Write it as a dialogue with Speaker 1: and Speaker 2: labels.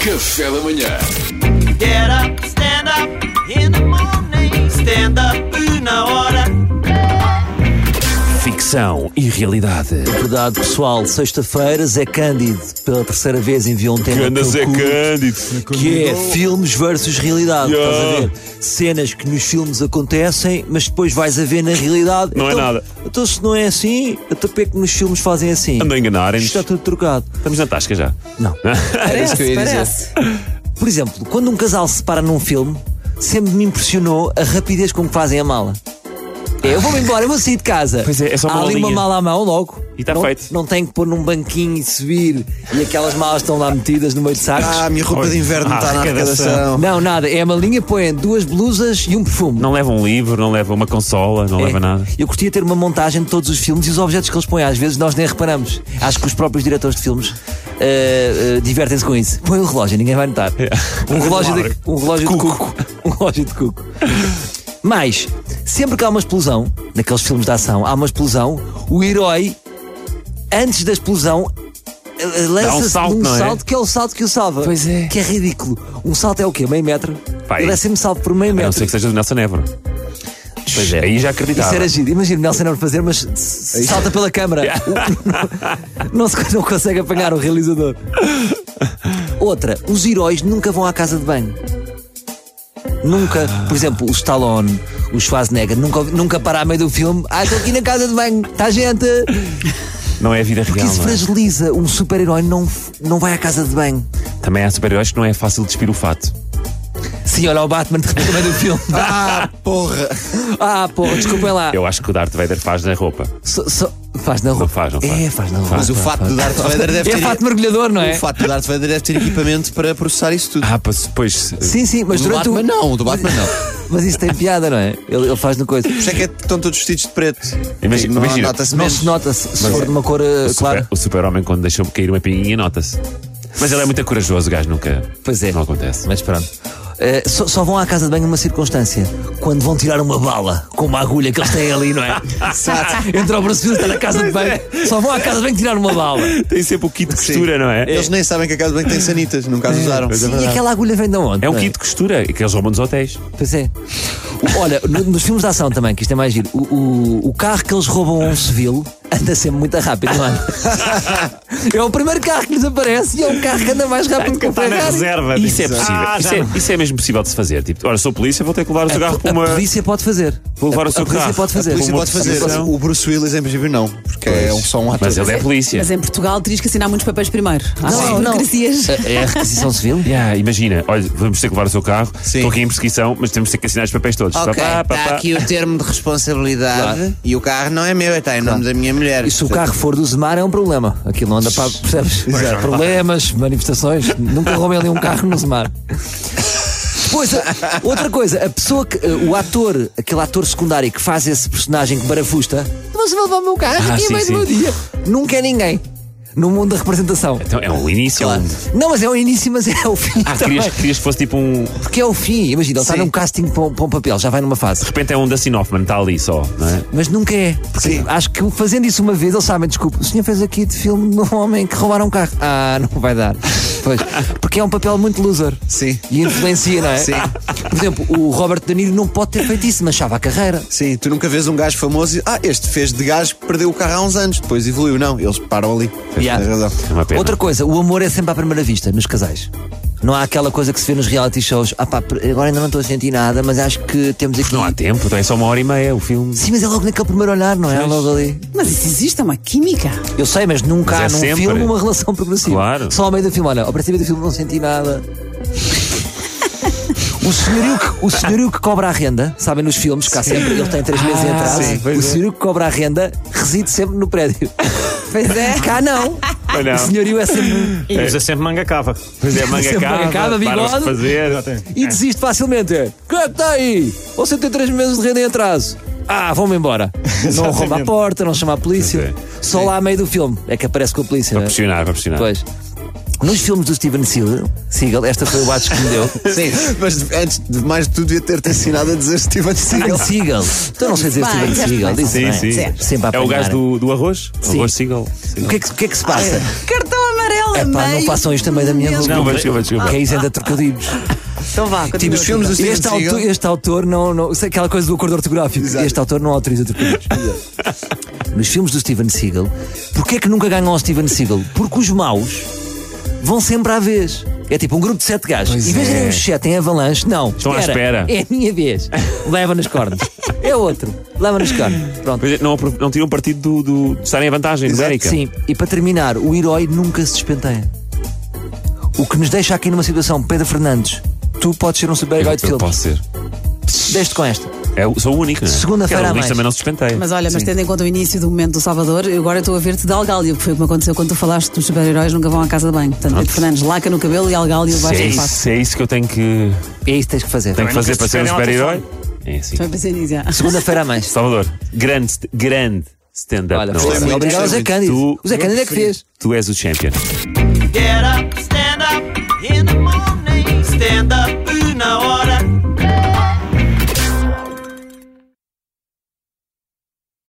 Speaker 1: Café da manhã.
Speaker 2: Get up, stand up in the morning. Stand up na hora.
Speaker 3: Ficção e realidade.
Speaker 4: Verdade, pessoal. Sexta-feiras é Cândido. Pela terceira vez enviou um tema
Speaker 5: Ganda
Speaker 4: que,
Speaker 5: Zé
Speaker 4: eu curto,
Speaker 5: Cândido.
Speaker 4: que é filmes versus realidade.
Speaker 5: Yeah.
Speaker 4: Estás a ver? Cenas que nos filmes acontecem, mas depois vais a ver na realidade.
Speaker 5: Não é
Speaker 4: Então-
Speaker 5: nada.
Speaker 4: Então, se não é assim, até porque que nos filmes fazem assim.
Speaker 5: Andam a enganarem-nos.
Speaker 4: Isto está tudo trocado.
Speaker 5: Estamos na tasca já.
Speaker 4: Não.
Speaker 6: Parece,
Speaker 4: isso que eu ia dizer.
Speaker 6: parece.
Speaker 4: Por exemplo, quando um casal se para num filme, sempre me impressionou a rapidez com que fazem a mala. É, eu vou-me embora, eu vou sair de casa.
Speaker 5: Ah. Pois é, é só uma
Speaker 4: Há ali uma
Speaker 5: malinha.
Speaker 4: mala à mão logo.
Speaker 5: E tá
Speaker 4: não,
Speaker 5: feito.
Speaker 4: Não tem que pôr num banquinho e subir e aquelas malas estão lá metidas no meio de sacos.
Speaker 7: Ah, a minha roupa de inverno
Speaker 5: Ah,
Speaker 7: está na
Speaker 5: arrecadação.
Speaker 7: arrecadação.
Speaker 4: Não, nada. É a malinha, põem duas blusas e um perfume.
Speaker 5: Não leva um livro, não leva uma consola, não
Speaker 4: É.
Speaker 5: leva nada.
Speaker 4: Eu curtia ter uma montagem de todos os filmes e os objetos que eles põem. Às vezes nós nem reparamos. Acho que os próprios diretores de filmes ah, ah, divertem-se com isso. Põe um relógio, ninguém vai notar.
Speaker 5: É.
Speaker 4: Um relógio, de, um relógio de cuco. Um relógio de cuco. Mas, sempre que há uma explosão, naqueles filmes de ação, há uma explosão, o herói, antes da explosão, ah, ah, lança-se
Speaker 5: um salto,
Speaker 4: num
Speaker 5: não é?
Speaker 4: salto que é o salto que o salva.
Speaker 5: Pois é.
Speaker 4: Que é ridículo. Um salto é o quê? Meio metro?
Speaker 5: Vai.
Speaker 4: Ele é sempre salto por meio
Speaker 5: A não
Speaker 4: metro.
Speaker 5: ser que seja do Nelson Évora. Pois é, aí já acreditava.
Speaker 4: Isso era giro. Imagina o Nelson não fazer, mas s- salta pela câmara. não, se, não consegue apanhar o realizador. Outra, os heróis nunca vão à casa de banho. Nunca, por exemplo, o Stallone, o Schwarzenegger, nunca, nunca parar a meio do filme. Ah, estou aqui na casa de banho, está gente.
Speaker 5: Não é a vida
Speaker 4: Porque
Speaker 5: real.
Speaker 4: isso
Speaker 5: não é?
Speaker 4: fragiliza. Um super-herói não, f- não vai à casa de banho.
Speaker 5: Também há super-heróis que não é fácil despir o fato.
Speaker 4: Sim, olha o Batman de repente no meio do filme.
Speaker 7: Ah, porra!
Speaker 4: Ah, pô, desculpem lá.
Speaker 5: Eu acho que o Darth Vader faz na roupa.
Speaker 4: Só- só- Faz na roupa.
Speaker 5: faz, não faz.
Speaker 4: É, faz na roupa.
Speaker 7: Mas o fato de Darth Vader deve
Speaker 4: É
Speaker 7: ter.
Speaker 4: fato mergulhador, não é?
Speaker 7: O fato de Darth Vader deve ter equipamento para processar isso tudo.
Speaker 5: Ah, pois, pois
Speaker 4: Sim, sim, Um mas
Speaker 7: do
Speaker 4: durante
Speaker 7: Batman
Speaker 4: o...
Speaker 7: não, do Batman não. Por
Speaker 4: Mas isso tem piada, não é? Ele, ele faz no coisa.
Speaker 7: isso é que é- estão todos vestidos de preto.
Speaker 5: Imagina-
Speaker 7: Não-
Speaker 5: imagina.
Speaker 7: Nota-se
Speaker 4: Não
Speaker 7: menos.
Speaker 4: se nota se, se for de uma cor eh,
Speaker 5: o
Speaker 4: clara.
Speaker 5: super- o super-homem quando deixou cair uma pinguinha nota-se. Mas ele é muito corajoso, o gajo nunca.
Speaker 4: Pois é.
Speaker 5: Não acontece.
Speaker 4: Mas pronto. Eh, só, só vão à casa de banho numa circunstância Quando vão tirar uma bala Com uma agulha que eles têm ali, não é? Entra o Bruce Willis, está na casa de banho Só vão à casa de banho tirar uma bala
Speaker 5: Tem sempre o kit de
Speaker 7: Sim.
Speaker 5: costura, não é?
Speaker 7: Eles nem sabem que a casa de banho tem sanitas, nunca
Speaker 4: É,
Speaker 7: as usaram.
Speaker 4: E aquela agulha vem de onde?
Speaker 5: É um
Speaker 4: não
Speaker 5: kit de costura que eles roubam nos hotéis.
Speaker 4: Pois é. O- Olha, no- nos filmes de ação também, que isto é mais giro, o, o- o carro que eles roubam a um civil anda sempre muito rápido, não anda? É o primeiro carro que lhes aparece e é o carro que anda mais rápido que o
Speaker 5: Está na
Speaker 4: Ferrari.
Speaker 5: reserva.
Speaker 4: Isso
Speaker 5: Isso é
Speaker 4: é
Speaker 5: possível. isso, é, isso é mesmo possível de se fazer. Tipo, olha, sou polícia, vou ter que levar o seu carro para
Speaker 4: A
Speaker 5: uma.
Speaker 4: polícia pode fazer.
Speaker 5: Vou levar
Speaker 4: a,
Speaker 5: o seu
Speaker 4: a polícia
Speaker 5: carro.
Speaker 4: pode
Speaker 7: A
Speaker 4: fazer.
Speaker 7: polícia
Speaker 5: Uma
Speaker 7: pode fazer.
Speaker 5: perseguição.
Speaker 7: O Bruce Willis, em princípio, não, porque é um- só um ator.
Speaker 5: Mas ele é polícia.
Speaker 6: Mas em Portugal terias que assinar muitos papéis primeiro. Ah, Há
Speaker 4: Não,
Speaker 6: não,
Speaker 4: não.
Speaker 6: burocracias.
Speaker 4: É- É a requisição civil?
Speaker 5: Yeah, imagina, olha, vamos ter que levar o seu carro.
Speaker 7: Sim.
Speaker 5: Estou aqui em perseguição, mas temos que assinar os papéis todos.
Speaker 4: tá
Speaker 5: Pá, pá, pá, pá.
Speaker 7: o termo de responsabilidade e o carro não é meu, está em nome da minha mulher.
Speaker 4: E se o carro for do Zemar é um problema. Aquilo não anda para. Percebes? Problemas, manifestações. Nunca roubem ali um carro no Zemar. Depois, a- outra coisa, a pessoa que. eh, O ator, aquele ator secundário que faz esse personagem que barafusta, você vai levar o meu carro
Speaker 5: Ah,
Speaker 4: e
Speaker 5: sim,
Speaker 4: vai do
Speaker 5: sim.
Speaker 4: meu um dia. Nunca é ninguém. No mundo da representação.
Speaker 5: Então é um início. é um-
Speaker 4: Não, mas é o início, mas é o fim.
Speaker 5: Ah,
Speaker 4: também.
Speaker 5: querias, querias que fosse tipo um. De
Speaker 4: Porque é o fim. Imagina, ele está
Speaker 7: Sim.
Speaker 4: num casting para um, para um papel, já vai numa fase.
Speaker 5: repente é um Dustin Hoffman, está ali só, não é?
Speaker 4: Mas nunca é. Porque
Speaker 7: Sim.
Speaker 4: acho que fazendo isso uma vez, eles sabem, desculpa, o senhor fez aqui de filme de um homem que roubaram um carro. Ah, não vai dar. Pois. Porque é um papel muito loser.
Speaker 7: Sim.
Speaker 4: E influencia, não é?
Speaker 7: Sim.
Speaker 4: Por exemplo, o Robert De Niro não pode ter feito isso, manchava a carreira.
Speaker 7: Sim, tu nunca vês um gajo famoso e. Ah, este fez de gajo que perdeu o carro há uns anos, depois evoluiu. Não, eles param ali. Tens
Speaker 4: Yeah.
Speaker 7: razão.
Speaker 5: É uma pena.
Speaker 4: Outra coisa, o amor é sempre à primeira vista nos casais. Não há aquela coisa que se vê nos reality shows. Ah pá, agora ainda não estou a sentir nada, mas acho que temos aqui.
Speaker 5: Não há tempo, então é só uma hora e meia o filme.
Speaker 4: Sim, mas é logo naquele primeiro olhar, não é? É Logo ali.
Speaker 6: Mas isso existe, é uma química.
Speaker 4: Eu sei, mas nunca
Speaker 5: Mas é
Speaker 4: há num
Speaker 5: sempre.
Speaker 4: filme uma relação progressiva.
Speaker 5: Claro.
Speaker 4: Só ao meio do filme, olha, ao princípio do filme não senti nada. O senhorio, que, o senhorio que cobra a renda, sabem nos filmes, cá sempre ele tem três meses em atraso.
Speaker 7: sim, pois
Speaker 4: o
Speaker 7: é.
Speaker 4: senhorio que cobra a renda reside sempre no prédio.
Speaker 6: Pois é.
Speaker 4: Cá não.
Speaker 5: Pois não.
Speaker 4: O senhorio é sempre.
Speaker 8: E usa sempre manga cava.
Speaker 5: Pois é, manga
Speaker 4: Sempre manga cava,
Speaker 5: cava, para
Speaker 4: bigode.
Speaker 5: de fazer.
Speaker 4: E desiste facilmente. é, Quem é que está aí? Você tem três meses de renda em atraso. Ah, vão-me embora. Não rouba a porta, não chama a polícia. Só lá a meio do filme é que aparece com a polícia.
Speaker 5: Para
Speaker 4: não é?
Speaker 5: pressionar, para pressionar.
Speaker 4: Pois. Nos filmes do Steven Seagal, Seagal esta foi o bate que me deu.
Speaker 7: Sim, mas antes de mais de tudo, devia ter-te ensinado a dizer Steven
Speaker 4: Steven
Speaker 7: Seagal.
Speaker 4: Seagal. Então não sei dizer
Speaker 6: Bem,
Speaker 4: Steven
Speaker 6: já
Speaker 4: Seagal.
Speaker 6: começa.
Speaker 4: Diz
Speaker 5: Sim,
Speaker 4: bem.
Speaker 5: sim.
Speaker 4: Sempre a
Speaker 5: É o
Speaker 4: apanhar.
Speaker 5: gajo do, do arroz? Arroz Seagal.
Speaker 6: Ah,
Speaker 4: O que é que, o que é que se passa?
Speaker 6: Cartão amarelo. a
Speaker 4: Epá, não
Speaker 6: meio
Speaker 4: façam isto também da minha
Speaker 6: do
Speaker 4: boca.
Speaker 5: Não, vai, desculpa, desculpa.
Speaker 4: Que é isenta de trocadilhos. Tipo,
Speaker 1: Então vá, continua.
Speaker 7: Os filmes do Steven
Speaker 4: Este
Speaker 7: Seagal-
Speaker 4: autor, este autor não, não. Isso é aquela coisa do acordo ortográfico.
Speaker 7: Exato.
Speaker 4: Este autor não autoriza trocadilhos. Nos filmes do Steven Seagal, porquê é que nunca ganham ao Steven Seagal? Porque os maus vão sempre à vez. É tipo um grupo de sete gajos. em vez de irem os sete em avalanche, não.
Speaker 5: Estão à espera.
Speaker 4: É a minha vez. Leva nas cordas. É outro. Leva nas cordas. Pronto.
Speaker 5: Pois é, Não, apro- não tiram partido do, do, de estarem em vantagem
Speaker 7: Exato.
Speaker 5: numérica.
Speaker 4: Sim, e para terminar, o herói nunca se despenteia. O que nos deixa aqui numa situação, Pedro Fernandes, tu podes ser um
Speaker 5: Eu,
Speaker 4: super-herói de
Speaker 5: eu
Speaker 4: filme.
Speaker 5: posso ser.
Speaker 4: Deste com esta.
Speaker 5: É, o- sou o único, não é?
Speaker 4: Segunda-feira
Speaker 5: Aquela
Speaker 4: a
Speaker 5: Luís
Speaker 4: mais.
Speaker 5: também não se despenteia.
Speaker 6: Mas olha, mas
Speaker 5: Sim.
Speaker 6: tendo em conta o início do momento do Salvador, eu agora estou a ver-te de Algália, que foi o que me aconteceu quando tu falaste dos super-heróis nunca vão à casa de banho. Portanto,
Speaker 4: Ah.
Speaker 6: Pedro Fernandes laca no cabelo e Algália
Speaker 5: Se
Speaker 6: vai
Speaker 5: é,
Speaker 6: ser fácil.
Speaker 5: isso, é isso que eu tenho que,
Speaker 4: É isso que tens que fazer.
Speaker 5: tenho que
Speaker 1: não
Speaker 5: fazer
Speaker 1: quis
Speaker 5: para ser um
Speaker 1: despegar ela ao
Speaker 5: super-herói. É assim.
Speaker 6: Também pensei nisso, já.
Speaker 4: Segunda-feira a mais.
Speaker 5: Salvador, grande, st- grande stand-up.
Speaker 4: Olha,
Speaker 5: na
Speaker 4: foi
Speaker 5: hora.
Speaker 7: muito,
Speaker 4: obrigado ao Zé
Speaker 7: muito.
Speaker 4: Cândido.
Speaker 5: Tu-
Speaker 4: O Zé Cândido é que fez.
Speaker 5: Tu és o champion.
Speaker 2: Get up, stand up in the morning, stand up